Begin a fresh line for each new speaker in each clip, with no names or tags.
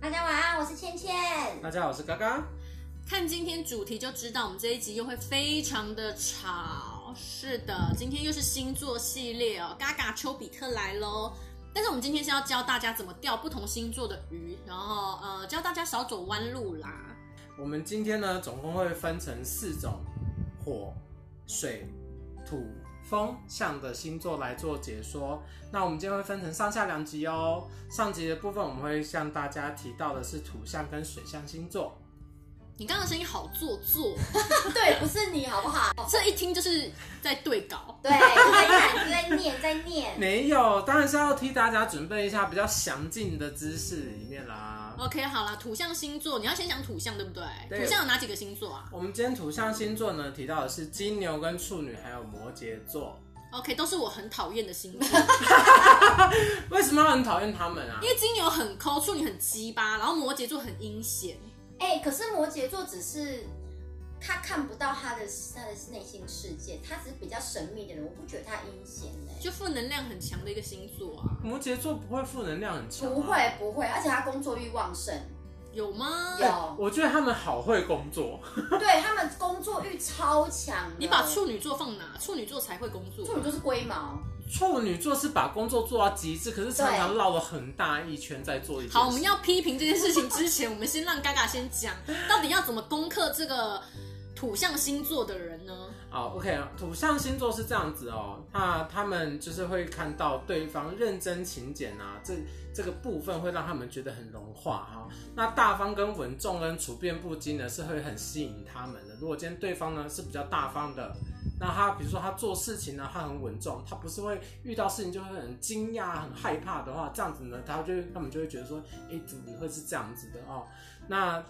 大家晚安，我是芊芊。
大家好，我是嘎嘎。
看今天主题就知道，我们这一集又会非常的吵。是的，今天又是星座系列哦，嘎嘎丘比特来喽。但是我们今天是要教大家怎么钓不同星座的鱼，然后呃教大家少走弯路啦。
我们今天呢，总共会分成四种火、水、土、风象的星座来做解说。那我们今天会分成上下两集哦。上集的部分我们会向大家提到的是土象跟水象星座。
你刚刚的声音好做作，
对，不是你好不好？
这一听就是在对稿。
对，就在看，就在念，在念。
没有，当然是要替大家准备一下比较详尽的知识里面啦。
OK，好啦，土象星座，你要先讲土象对不对？
对
土象有哪几个星座啊
我们今天土象星座呢，提到的是金牛跟处女，还有摩羯座。
？OK，都是我很讨厌的星座，
为什么要很讨厌他们啊
因？为金牛很抠，处女很鸡巴，然后摩羯座很阴险。
哎、可是摩羯座只是他看不到他的他的内心世界，他只是比较神秘的人，我不觉得他阴险呢、
就负能量很强的一个星座啊，
摩羯座不会负能量很强、啊
不。会不会，而且他工作欲旺盛，
有吗？
有，
我觉得他们好会工作，
对他们工作欲超强的。
你把处女座放哪？处女座才会工作。
处女座是龟毛，
处女座是把工作做到极致，可是常常绕了很大一圈再做一件事。
好，我们要批评这件事情之前，我们先让嘎嘎先讲，到底要怎么攻克这个土象星座的人呢？
好 OK，土象星座是这样子哦，那他们就是会看到对方认真勤俭啊，这这个部分会让他们觉得很融化哈、那大方跟稳重跟处变不惊呢，是会很吸引他们的。如果今天对方呢是比较大方的，那他比如说他做事情呢，他很稳重，他不是会遇到事情就会很惊讶、很害怕的话，这样子呢，他就他们就会觉得说，诶，怎么会是这样子的哦？那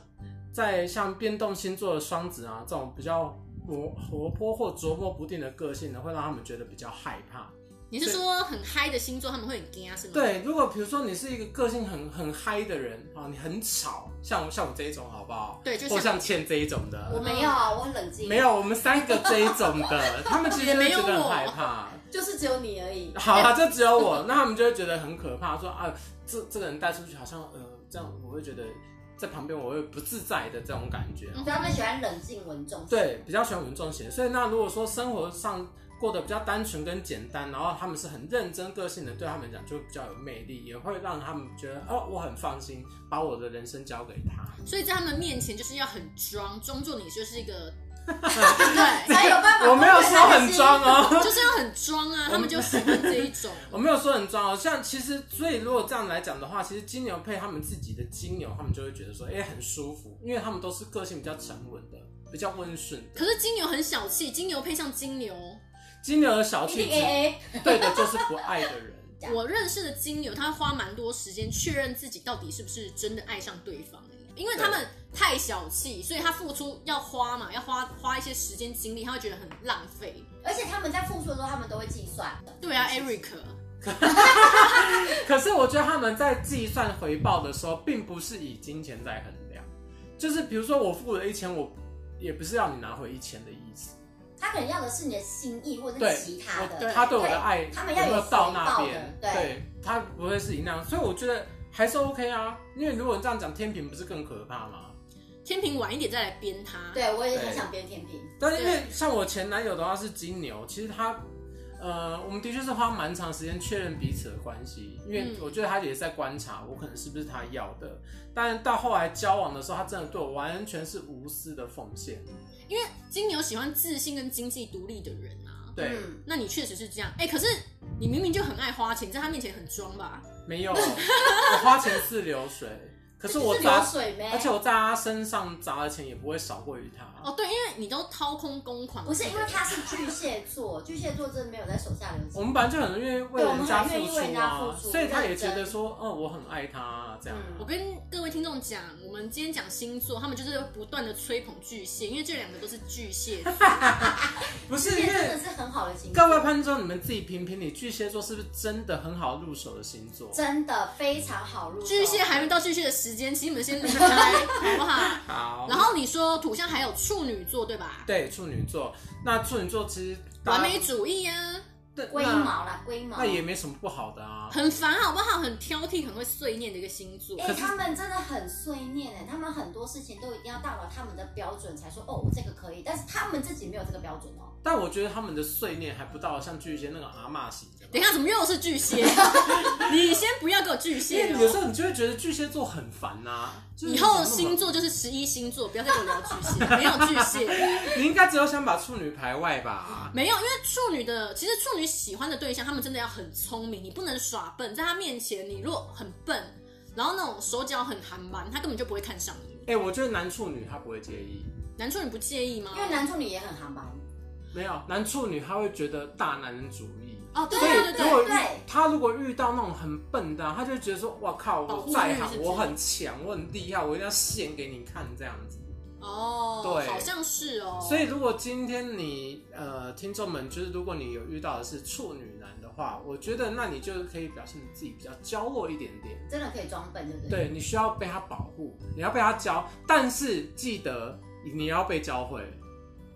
在像变动星座的双子啊，这种比较活活泼或琢磨不定的个性呢，会让他们觉得比较害怕。
你是说很嗨的星座他们会很惊是吗？，
对，如果比如说你是一个个性很很嗨的人啊，你很吵，像我像我这一种好不好？
对就像
或像倩这一种
我
的，
没有，啊我很冷静，
没，有，我们三个这一种 的，他们其实
也没
会觉得
有
很
我
害 怕。
就是只有你而已。
好啦，就只有我，那他们就会觉得很可怕，说啊，这这个人带出去好像呃，这样我会觉得在旁边我会不自在的这种感觉。
你知道他们喜欢冷静稳重，
对，比较喜欢稳重型。所以那如果说生活上过得比较单纯跟简单，然后他们是很认真个性的，对他们讲就比较有魅力，也会让他们觉得哦，我很放心，把我的人生交给 他。
所以在他们面前就是要很装，装作你就是一个，
对，
对，
哎才有办法。
我没有说很装，哦，
就是要很装啊，他们就喜欢这一种。
我没有说很装哦。像其实，所以如果这样来讲的话，其实金牛配他们自己的金牛，他们就会觉得说，哎、很舒服，因为他们都是个性比较沉稳的，比较温顺的。
可是金牛很小气，金牛配上金牛，
金牛的小
一
气
定哎
质，
A A。
对的就是不爱的人。
这样
我认识的金牛，他花蛮多时间确认自己到底是不是真的爱上对方欸，因为他们太小气，所以他付出要花嘛，要花花一些时间精力，他会觉得很浪费。
而且他们在付出的时候，他们都会计算。
对啊，Eric，
可是我觉得他们在计算回报的时候，并不是以金钱在衡量，就是比如说我付了一千，我也不是要你拿回一千的意思。
他可能要的是你的心意或者
对
是其他
我
的。
对
他对我的爱，
他们要有
有没有到那
回
边，
报的对
他不会是以那样，所以我觉得还是 OK 啊。因为如果你这样讲，天平不是更可怕吗？
天平晚一点再来编他。
对我也
对
很想编天平。
但是因为像我前男友的话是金牛，其实他，呃，我们的确是花蛮长时间确认彼此的关系，因为
嗯
我觉得他也是在观察我可能是不是他要的。但到后来交往的时候，他真的对我完全是无私的奉献。
因为金牛喜欢自信跟经济独立的人啊。
对，
嗯，
那你确实是这样，哎、可是你明明就很爱花钱，在他面前很装吧？
没有，我花钱是流 水，可是我
这就是
砸
流，水没？
而且我在他身上砸的钱也不会少过于他。
哦，对，因为你都掏空公款，
不是因为他是巨蟹座， 巨蟹座真的没有在手下留
我
情。
们本来就很愿意为人家付
对我们很愿意为人
出
家
啊，
付出
所以他也
认真
觉得说，哦，我很爱他、啊、这样。
嗯
我跟各位听众讲，我们今天讲星座，他们就是不断的吹捧巨蟹，因为这两个都是巨蟹座。
巨蟹真
不是因为
的是很好的星
各位
座，
观众，你们自己评评理，巨蟹座是不是真的很好入手的星座？
真的非常好入手。
巨蟹还没到巨蟹的时间，请你们先离开，好不好？
好
然后你说土象还有处女座对吧？
对处女座，那处女座其实大
完美主义啊，
对
龟
那
毛啦，龟毛，
那也没什么不好的啊。
很烦好不好？很挑剔，很会碎念的一个星座。
哎、
可是
他们真的很碎念哎、他们很多事情都一定要达到他们的标准才说哦，我这个可以，但是他们自己没有这个标准哦。
但我觉得他们的碎念还不到像巨蟹那个阿嬷型的吧。
等一下，怎么又是巨蟹？ 你先不要给我巨
因
蟹、
为有时
哦。
候你就会觉得巨蟹座很烦呐、就是
以
你怎么
后
那么
星座就是十一星座，不要再跟我聊巨蟹，没有巨蟹，
你应该只有想把处女排外吧？
没有，因为处女的其实处女喜欢的对象，他们真的要很聪明，你不能耍笨，在他面前你若很笨，然后那种手脚很寒蛮，他根本就不会看上你。
哎、我觉得男处女他不会介意，
男处女不介意吗？
因为男处女也很航班，
没有男处女他会觉得大男人主义。
哦，对
所以
对对
如果
对，
遇
对
他如果遇到那种很笨的啊、他就觉得说：“哇靠，
保护
我
欲
再好
是，不是
我很强，我很厉害，我一定要献给你看这样子。
哦，
对
好像是哦”。
所以，如果今天你呃，听众们，就是如果你有遇到的是处女男的话，我觉得那你就可以表现你自己比较娇弱一点点。
真的可以装笨，对不对？
对你需要被他保护，你要被他教，但是记得你要被教会。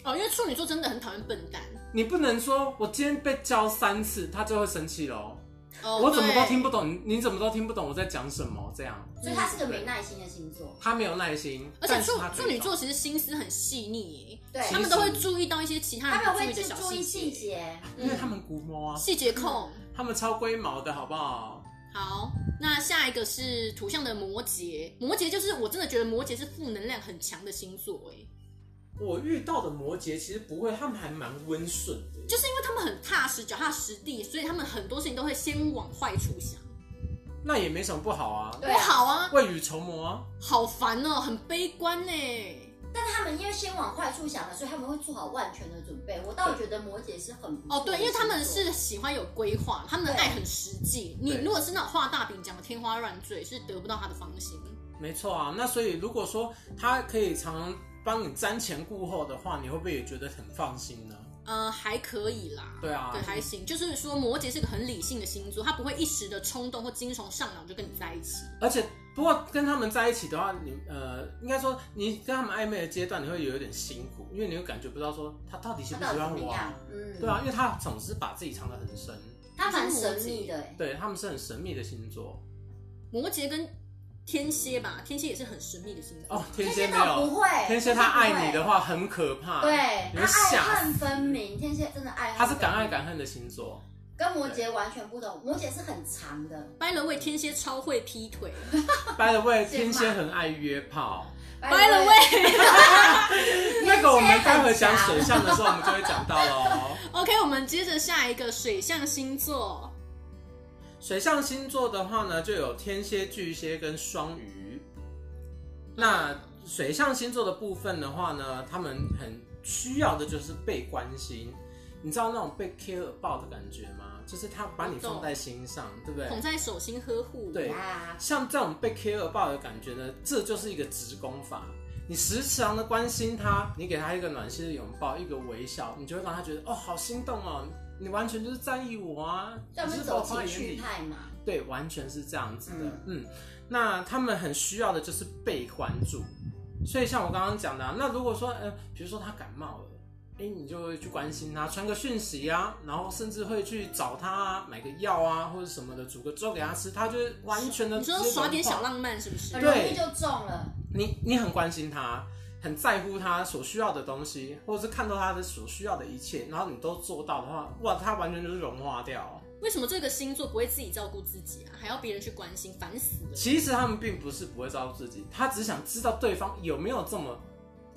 哦，因为处女座真的很讨厌笨蛋。
你不能说我今天被教三次，他就会生气喽。
哦，
我怎么都
对
听不懂，你你怎么都听不懂我在讲什么？这样，
所以他是个没耐心的星座。
他没有耐心，
而且
但是
处
他可以
处女座
懂
其实心思很细腻耶，
对
他们都会注意到一些其他
他
人
们
不注
会
意的
去
小
注意细
细，
节，
因为他们古摸啊，
细节控。
他们超龟毛的好不好？
好，那下一个是图像的摩羯，摩羯就是我真的觉得摩羯是负能量很强的星座，哎，
我遇到的摩羯其实不会，他们还蛮温顺的，
就是因为他们很踏实、脚踏实地，所以他们很多事情都会先往坏处想。
那也没什么不好啊，
对
不好啊，
未雨绸缪啊。
好烦哦，很悲观呢。
但他们因为先往坏处想了，所以他们会做好万全的准备。我倒觉得摩羯是很不错
哦，
的
对，因为他们
星座
是喜欢有规划，他们的
对
爱很实际。你
对
如果是那种画大饼讲的天花乱坠，是得不到他的芳心。
没错啊，那所以如果说他可以常常帮你瞻前顾后的话，你会不会也觉得很放心呢？
呃，还可以啦。
对啊，
对，还行。就是说，摩羯是个很理性的星座，他不会一时的冲动或精虫上脑就跟你在一起。
而且不过跟他们在一起的话，你呃，应该说你跟他们暧昧的阶段，你会有一点辛苦，因为你会感觉不到说他到底喜
他到
不喜
底
欢
怎么
我
样
啊？？
嗯，
对啊，因为他总是把自己藏得很深，
他蛮神秘的哎。
对他们是很神秘的星座
摩羯跟天蝎吧，天蝎也是很神秘的星座。
哦。天
蝎
蝎没
倒不
有，
会，
天蝎
不会
他爱你的话很可怕，，
对，
你
他爱
会吓
恨分明，天蝎真的爱恨
他
分明。
是敢爱敢恨的星 座，
跟摩羯完全不同，摩羯是很长的。
By the way，天蝎超会劈 腿。
by the way，
是吗
天蝎很爱约炮。
By
By the way，
那个我们待会讲水象的时候，我们就会讲到喽。
OK，我们接着下一个水象星座。
水象星座的话呢，就有天蝎、巨蟹跟双鱼。那水象星座的部分的话呢，他们很需要的就是被关心。你知道那种被 care about 的感觉吗？就是他把你放在心上，对不对
捧？在手心呵护，
对
呀，
像这种被 care about 的感觉呢，这就是一个职工法。你时常的关心他，你给他一个暖心的拥抱，一个微笑，你就会让他觉得哦，好心动哦，你完全就是在意我啊，
专
你
门
是把我
走
放在
情
眼
绪
里。
派嘛。
对，完全是这样子的。嗯那他们很需要的就是被关注。所以像我刚刚讲的、啊，那如果说，呃，比如说他感冒了，哎、你就会去关心他，传个讯息啊，然后甚至会去找他、啊、买个药啊，或者什么的，煮个粥给他吃，他就是完全的。
你说耍点小，浪漫是不是
很？
对
容易就中了，
你你很关心他，很在乎他所需要的东西，或者是看到他的所需要的一切，然后你都做到的话，哇，他完全就是融化掉。
为什么这个星座不会自己照顾自己啊，还要别人去关心，烦死了！
其实他们并不是不会照顾自己，他只想知道对方有没有这么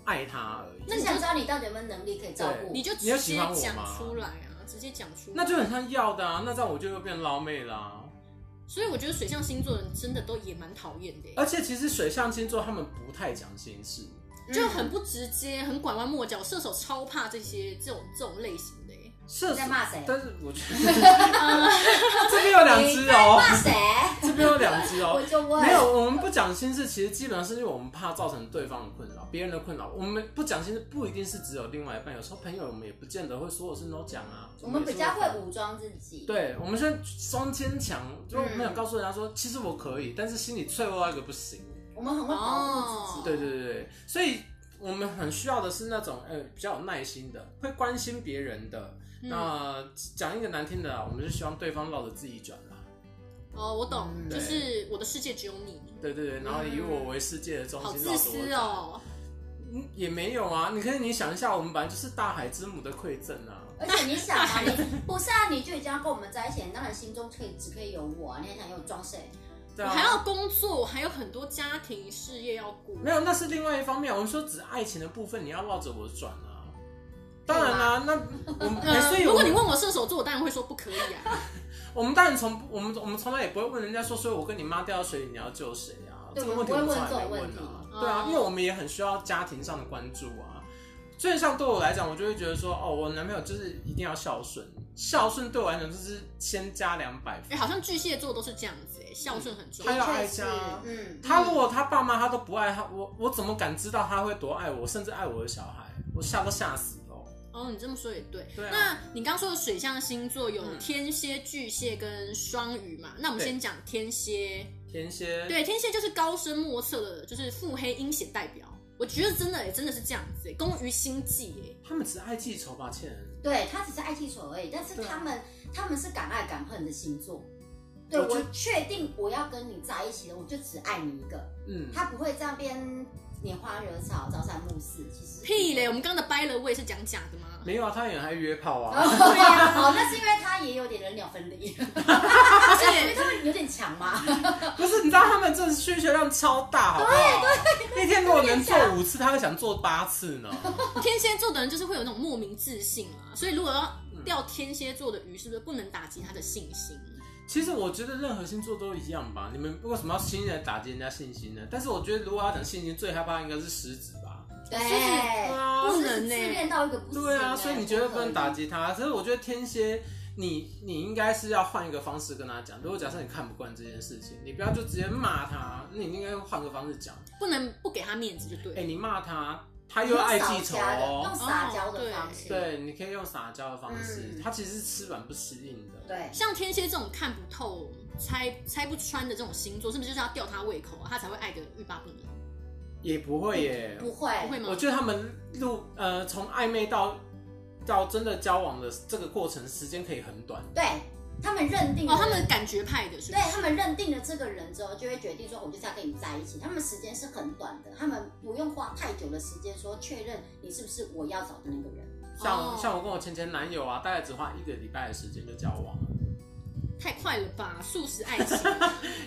爱他而已。
只想知道你到底有没有能力可以照顾
对
你就直
你有
接
喜欢我
讲
吗
出来啊，直接讲出来。
那就很像要的啊，那这样我就又变捞妹啦、
嗯
所以我觉得水象星座人真的都也蛮讨厌的耶、欸
而且其实水象星座他们不太讲心事，
嗯
嗯
就很不直接，很拐弯抹角，射手超怕这些这种这种类型的耶、欸
射手
在骂谁
但是我觉得 这边有两 只哦，
骂谁？
这边有两只哦
我。就问，
没有，我们不讲心事，其实基本上是因为我们怕造成对方的困扰，别人的困扰。我们不讲心事，不一定是只有另外一半，有时候朋友我们也不见得会所有事都讲啊。
我们
也
比
是
较
烦
会武装自己。
对，我们现在双坚强，就没有告诉人家说，其实我可以，但是心里脆弱到一个不行。
我们很会保护自己。
对对对对，所以我们很需要的是那种呃比较有耐心的，会关心别人的，
嗯
那讲一个难听的啊，我们是希望对方绕着自己转啦。
哦，我懂，
嗯
就
对
是我的世界只有你，
对对对，然后以我为世界的中
好
心，
自
绕着我
私
转。
哦。
嗯，也没有啊。你可以你想一下，我们本来就是大海之母的馈赠啊。
而且你想啊，你不是啊，你就已经要跟我们在一起，你当然心中可以只可以有我啊，你还想有装谁？
对
我
啊，
还要工作，我还有很多家庭事业要顾。
没有，那是另外一方面。我们说只爱情的部分，你要绕着我转啊。当然啦、那 我们、哎
呃
所以
如
我
果
们
你问我射手座，我当然会说不可以啊。
我们当然从我们我们从来也不会问人家说，所以我跟你妈掉到水里，你要救谁啊？
对
这个问题
我
我
们
们
不
从
会
来没
问
问
这种
啊
问。
题
对啊
哦，
因为我们也很需要家庭上的关注啊。所以像对我来讲，我就会觉得说，哦，我男朋友就是一定要孝顺，孝顺对我来讲就是先加两百
哎、
嗯
分。
好像巨蟹座都是这样子、 哎，孝顺很重
还有
要。
爱
确
家
实
啊，
嗯，
他如果他爸妈他都不爱他，我我怎么敢知道他会多爱我，甚至爱我的小孩？我吓都吓死了哦。
哦，你这么说也对。
对啊
那你刚说的水象星座有
嗯
天蝎、巨蟹跟双鱼嘛？那我们
对
先讲天蝎。
天蝎，
对，天蝎就是高深莫测的，就是腹黑阴险代表。我觉得真的、哎，真的是这样子、哎，工于心计、哎。
他们只爱记仇吧，欠。
对他只是爱记仇而已，但是
对啊
他们、他们是敢爱敢恨的星座。对
我
我
觉
确定我要跟你在一起的，我就只爱你一个，
嗯，
他不会在那边拈花惹草、朝三暮四。其实哦
屁嘞！我们刚刚的掰了位是讲假的吗？
没有啊，他也还约炮啊。
对呀、好，哦那是因为他也有点人鸟分离， 因
而
为
哎
且
他们有点强嘛。
不是，你知道他们这需求量超大，好不好？一天如果能做五次，他会想做八次呢。
天蝎座的人就是会有那种莫名自信啊，所以如果要
嗯
钓天蝎座的鱼，是不是不能打击他的信心？
其实我觉得任何星座都一样吧，你们为什么要轻易的打击人家信心呢？但是我觉得如果要讲信心，最害怕应该是狮子吧。
对，
对啊，
不
不
能
能欸
自
呢
恋到一个不行、欸
对啊，所以你绝对不
不可
能
以
打。击他。可是我觉得天蝎，你你应该是要换一个方式跟他讲。如果假设你看不惯这件事情，你不要就直接骂他，那你应该换个方式讲。
不能不给他面子就对
哎、
了。
你骂他，他又爱记仇
用
哦。
撒娇的，用撒娇的方式。
对，你可以用撒娇的方式，
嗯
他其实是吃软不吃硬的。
对
像天蝎这种看不透、猜猜不穿的这种星座，是不是就是要吊他胃口啊，他才会爱得欲罢不能？
也不会耶。
不会，
不会吗
我觉得他们路呃，从暧昧到到真的交往的这个过程，时间可以很短。
对他们认定
哦，他们感觉派的是不
对
是？
他们认定了这个人之后，就会决定说，我就是要跟你在一起。他们时间是很短的，他们不用花太久的时间说确认你是不是我要找的那个人。
像、
哦
像我跟我前前男友啊，大概只花一个礼拜的时间就交往了，
太快了吧，素食爱 情。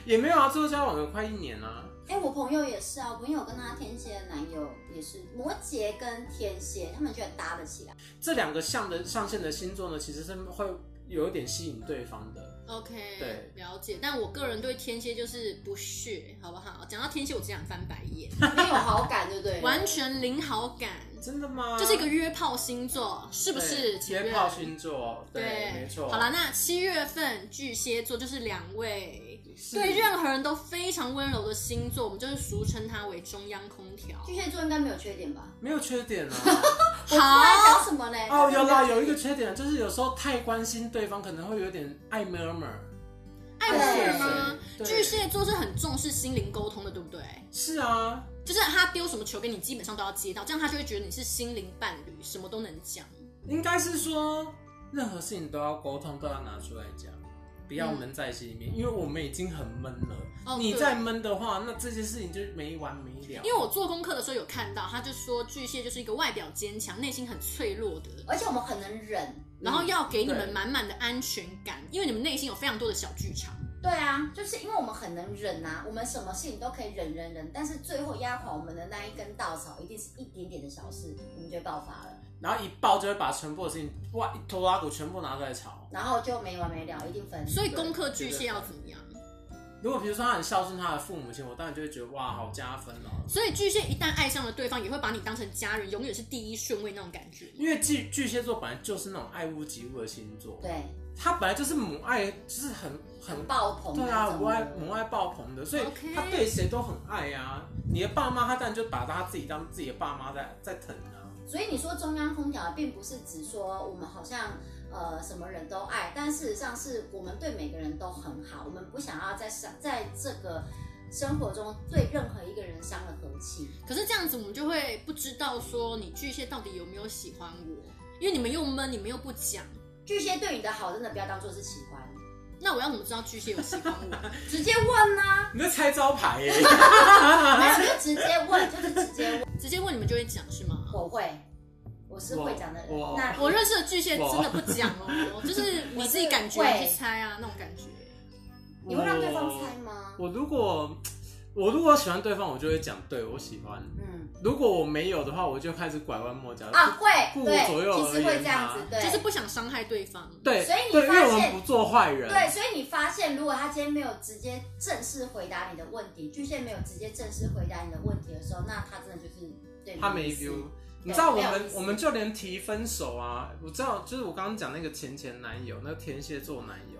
也没有啊，最后交往有快一年啊。
哎，我朋友也是啊，我朋友跟她天蝎的男友也是摩羯跟天蝎，他们居然搭得起来。
这两个象的上线的星座呢，其实是会有一点吸引对方的。
OK，
对
了解。但我个人对天蝎就是不屑，好不好？讲到天蝎，我只想翻白眼，
没有好感，对不对？
完全零好感。
真的吗？
就是一个约炮星座，是不是？
对
请
约
问
炮星座，
对，
没错。
好了，，那七月份巨蟹座就是两位
是
对任何人都非常温柔的星座，我们就是俗称它为中央空调。
巨蟹座应该没有缺点吧？
没有缺 点啊。
我
好，
在讲什么呢？
哦，有啦，有一个缺点就是有时候太关心对方，可能会有点爱 murmur。
爱慕吗？
哎对
巨蟹座是很重视心灵沟通的，对不对？
是啊，
就是他丢什么球给你，基本上都要接到，这样他就会觉得你是心灵伴侣，什么都能讲。
应该是说任何事情都要沟通，都要拿出来讲，不要闷在心里面，因为我们已经很闷了。
哦
你
对
再闷的话，那这件事情就没完没了。
因为我做功课的时候有看到，他就说巨蟹就是一个外表坚强、内心很脆弱的，
而且我们很能忍。
然后要给你们
对
满满的安全感，因为你们内心有非常多的小剧场。
对啊，就是因为我们很能忍啊，我们什么事情都可以忍忍忍，但是最后压垮我们的那一根稻草，一定是一点点的小事，我们就爆发了，
然后一爆就会把全部的事情哇一拖拉骨全部拿出来吵。
然后就没完没了，一定分。
所以
对
攻克
绝
巨
对
蟹要怎么样？
如果比如说他很孝顺他的父母亲，我当然就会觉得哇好加分哦。
所以巨蟹一旦爱上了对方，也会把你当成家人，永远是第一顺位那种感觉。
因为巨巨蟹座本来就是那种爱屋及乌的星座，
对，
他本来就是母爱，就是很很
很爆棚
对
那
啊，
种的。
母爱母爱爆棚的，所以
OK
他对谁都很爱啊。你的爸妈，他当然就把他自己当自己的爸妈在在疼啊。
所以你说中央空调，啊并不是只说我们好像呃什么人都爱，但事实上是我们对每个人都很好，我们不想要在伤在这个生活中对任何一个人伤了和气。
可是这样子，我们就会不知道说你巨蟹到底有没有喜欢我，因为你们又闷，你们又不讲，
巨蟹对你的好，真的不要当做是喜欢，
那我要怎么知道巨蟹有喜欢我？
直接问呐、
你在拆招牌欸耶、
啊，没有你就直接 问，就是直接问。
直接问你们就会讲是吗？
我会，我是会讲的人。
我
那
我认识的巨蟹真的不讲哦，就是你自己感觉
我是会
你去猜啊那种感觉。
你会让对方猜吗？
我如果我如果喜欢对方，我就会讲对我喜欢；
嗯
如果我没有的话，我就开始拐弯抹角
啊，
顾
会，
顾
对，
左右
其实
而
会
言啊
这样子
嘛，
对，
就是不想伤害对方。
对，
所以你
对，因
发
为我们
现
不做坏人，
对，所以你发现，如果他今天没有直接正式回答你的问题，巨蟹没有直接正式回答你的问题的时候，那他真的就是对你
他没
意思
view。你知道我
没有
们
意思
我们就连提分手啊，我知道就是我刚刚讲那个前前男友，那个天蝎座男友，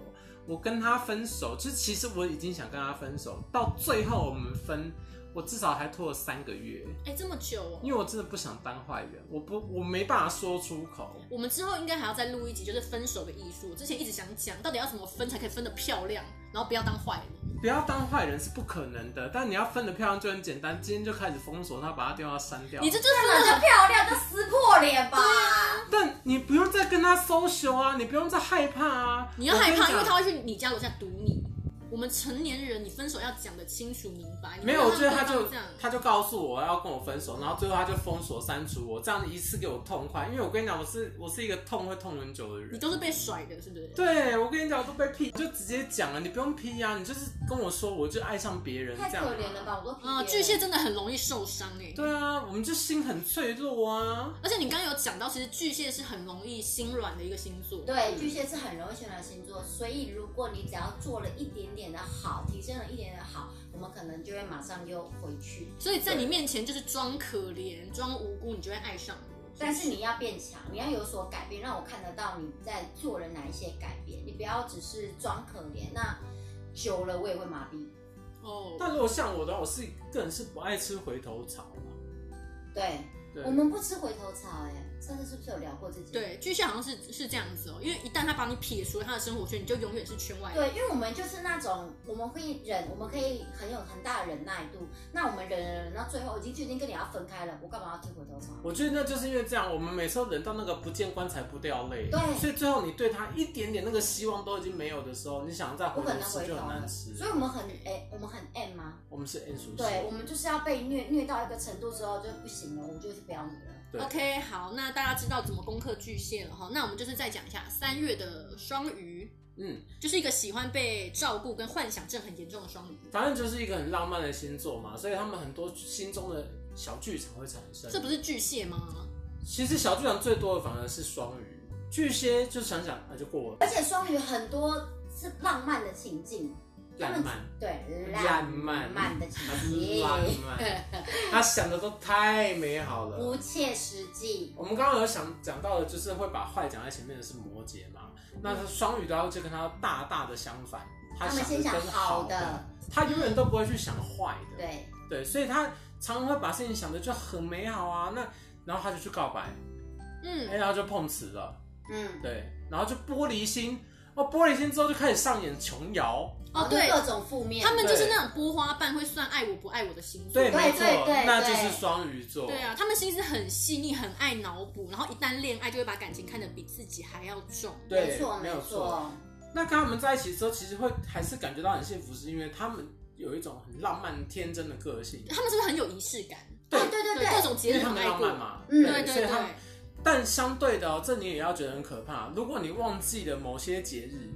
我跟他分手，就是其实我已经想跟他分手，到最后我们分，我至少还拖了三个月，
哎，这么久哦。
因为我真的不想当坏人，我不我没办法说出口。
我们之后应该还要再录一集，就是分手的艺术。之前一直想讲，到底要怎么分才可以分得漂亮，然后不要当坏人。
不要当坏人是不可能的，但你要分的漂亮就很简单，今天就开始封锁他，把他电话删掉。
你这就是
那就漂亮，就撕破脸吧。
但你不用再跟他 social 啊，你不用再害怕啊。
你要害
我跟
怕，因为
讲
他会去你家楼下堵你。我们成年人，你分手要讲得清楚明白。你
没有，
不
我
要
觉
让
得他
啊
对方
就
这样。
他就告诉我要跟我分手，然后最后他就封锁删除我，这样一次给我痛快。因为我跟你讲，我是我是一个痛会痛很久的
你
人。
都是被甩的，是不是？
对，我跟你讲，我都被批，就直接讲了，你不用批啊，你就是跟我说，我就爱上别人
太
这样、
可怜了吧，？我都皮
啊、
别
巨
人
蟹真的很容易受伤哎、
对啊，我们就心很脆弱啊。
而且你刚刚有讲到，其实巨蟹是很容易心软的一个星座。
对，巨蟹是很容易选的星座，所以如果你只要做了一点点的好，提升了一点点的好，我们可能就会马上又回去。
所以在你面前就是装可怜、装无辜，你就会爱上我。
但是你要变强，你要有所改变，让我看得到你在做了哪一些改变。你不要只是装可怜，那久了我也会麻痹。
哦，
但如果像我的话，我是个人是不爱吃回头草嘛。
对，
对
我，们不吃回头草、哎，上次是不是有聊过这件？
对，巨蟹好像是是这样子哦，因为一旦他把你撇除了他的生活圈，你就永远是圈外人。
对，因为我们就是那种我们会忍，我们可以很有很大的忍耐度。那我们忍忍忍到最后，已经决定跟你要分开了，我干嘛要听回头草？
我觉得那就是因为这样，我们每次都忍到那个不见棺材不掉泪，
对
所以最后你对他一点点那个希望都已经没有的时候，你想再
不
回
可
头
能
吃
回
就
头
很难
的，
吃。
所以我们很哎、我们很 M 吗？
我们是 N 属性，
对，我们就是要被虐虐到一个程度之后就不行了，我们就是不要你了。
对
OK，好，那大家知道怎么攻克巨蟹了哈。那我们就是再讲一下三月的双鱼，
嗯，
就是一个喜欢被照顾跟幻想症很严重的双鱼。
反正就是一个很浪漫的星座嘛，所以他们很多心中的小剧场会产生。
这不是巨蟹吗？
其实小剧场最多的反而是双鱼，巨蟹就想想啊就过了，
而且双鱼很多是浪漫的情境，他
浪
们
漫，
对
浪漫
漫的情 境，
浪漫，他想的都太美好了，
不切实际。
我们刚刚有想讲到的，就是会把坏讲在前面的是摩羯嘛，那双鱼的话就跟他大大的相反，
他们
想的
先
跟
想
好
好的，
他永远都不会去想坏的，
对，
对所以他常常会把事情想的就很美好啊，那然后他就去告白，
嗯
哎，，然后就碰瓷了，
嗯，
对，然后就玻璃心，哦，玻璃心之后就开始上演琼瑶，
然
哦
后就
对，
各种负面，
他们就是那种拨花瓣会算爱我不爱我的星座。
对，没错
对对，
那就
对
是双鱼座，
对啊，他们心思很细腻，很爱脑补，然后一旦恋爱就会把感情看得比自己还要重。
对，
没错哦
没有
没错，
那跟他们在一起之后，其实会还是感觉到很幸福，是因为他们有一种很浪漫天真的个性，
他们是不是很有仪式感？
对
对对
各
对
种
因
节
为
日
他
很
们
爱
浪
过。
漫嘛，
嗯
对
所以
对
他们
对，
但相对的哦，这你也要觉得很可怕。如果你忘记了某些节日，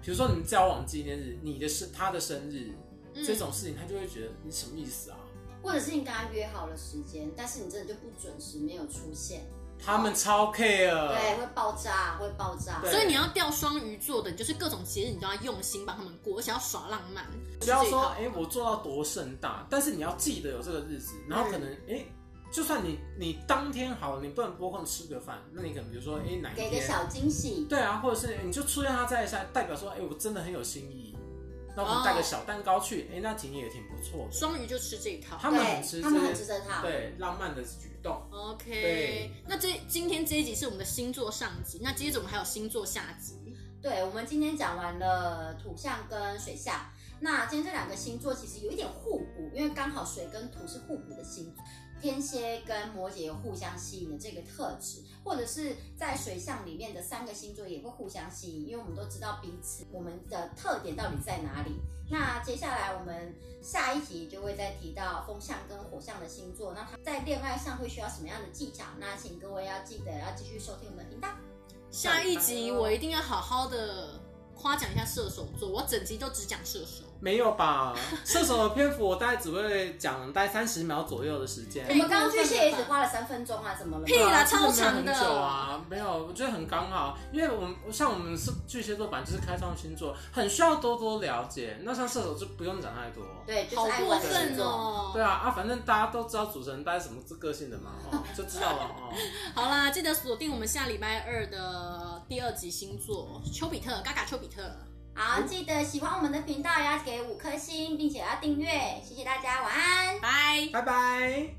比如说你交往纪念日、你的生、他的生日、
嗯
这种事情，他就会觉得你什么意思啊？
或者是你跟他约好了时间，但是你真的就不准时，没有出现，
他们超 care，
对，会爆炸，会爆炸。
呃对
所以你要钓双鱼座的，你就是各种节日你都要用心帮他们过，而且要耍浪漫。
不要
是这一
说
套
哎、诶我做到多盛大，但是你要记得有这个日子，然后可能哎、
嗯
诶就算你你当天好，你不能拨空吃个饭，那你可能比如说哎、诶哪一
嗯给个
天，
小惊喜，
对啊，或者是你就出现他在一下，代表说哎、诶我真的很有心意，那我们带个小蛋糕去，哎、那景也挺不错的，
双鱼就吃这一套。
他们很吃
对，他们很
这
值
些
得
啊
他。
对浪漫的举动，
OK，
对
那这今天这一集是我们的星座上集，那接着我们还有星座下集。
对，我们今天讲完了土象跟水象，那今天这两个星座其实有一点互补，因为刚好水跟土是互补的星座。天蝎跟摩羯有互相吸引的这个特质，或者是在水象里面的三个星座也会互相吸引，因为我们都知道彼此我们的特点到底在哪里。那接下来我们下一集就会再提到风象跟火象的星座，那它在恋爱上会需要什么样的技巧？那请各位要记得要继续收听我们的频道。
下一集我一定要好好的夸奖一下射手座，我整集都只讲射手。
没有 吧？射手的篇幅我大概只会讲大概三十秒左右的时间
我。们刚刚巨蟹也只花了三分钟啊，怎么了？
屁啦超
真
长
没
的
有很久啊，没有，我觉得很刚好，因为我们像我们是巨蟹座，本来就是开创星座，很需要多多了解。那像射手就不用讲太多。
对，就
好
是爱
过
玩的星
分
座。
哦！
对啊啊，反正大家都知道主持人大概什么个性的嘛，哦，就知道了 哦。
好啦，记得锁定我们下礼拜二的第二集星座丘比特，嘎嘎丘比特，
好，记得喜欢我们的频道要给五颗星，并且要订阅，谢谢大家，晚安。
拜。
拜拜。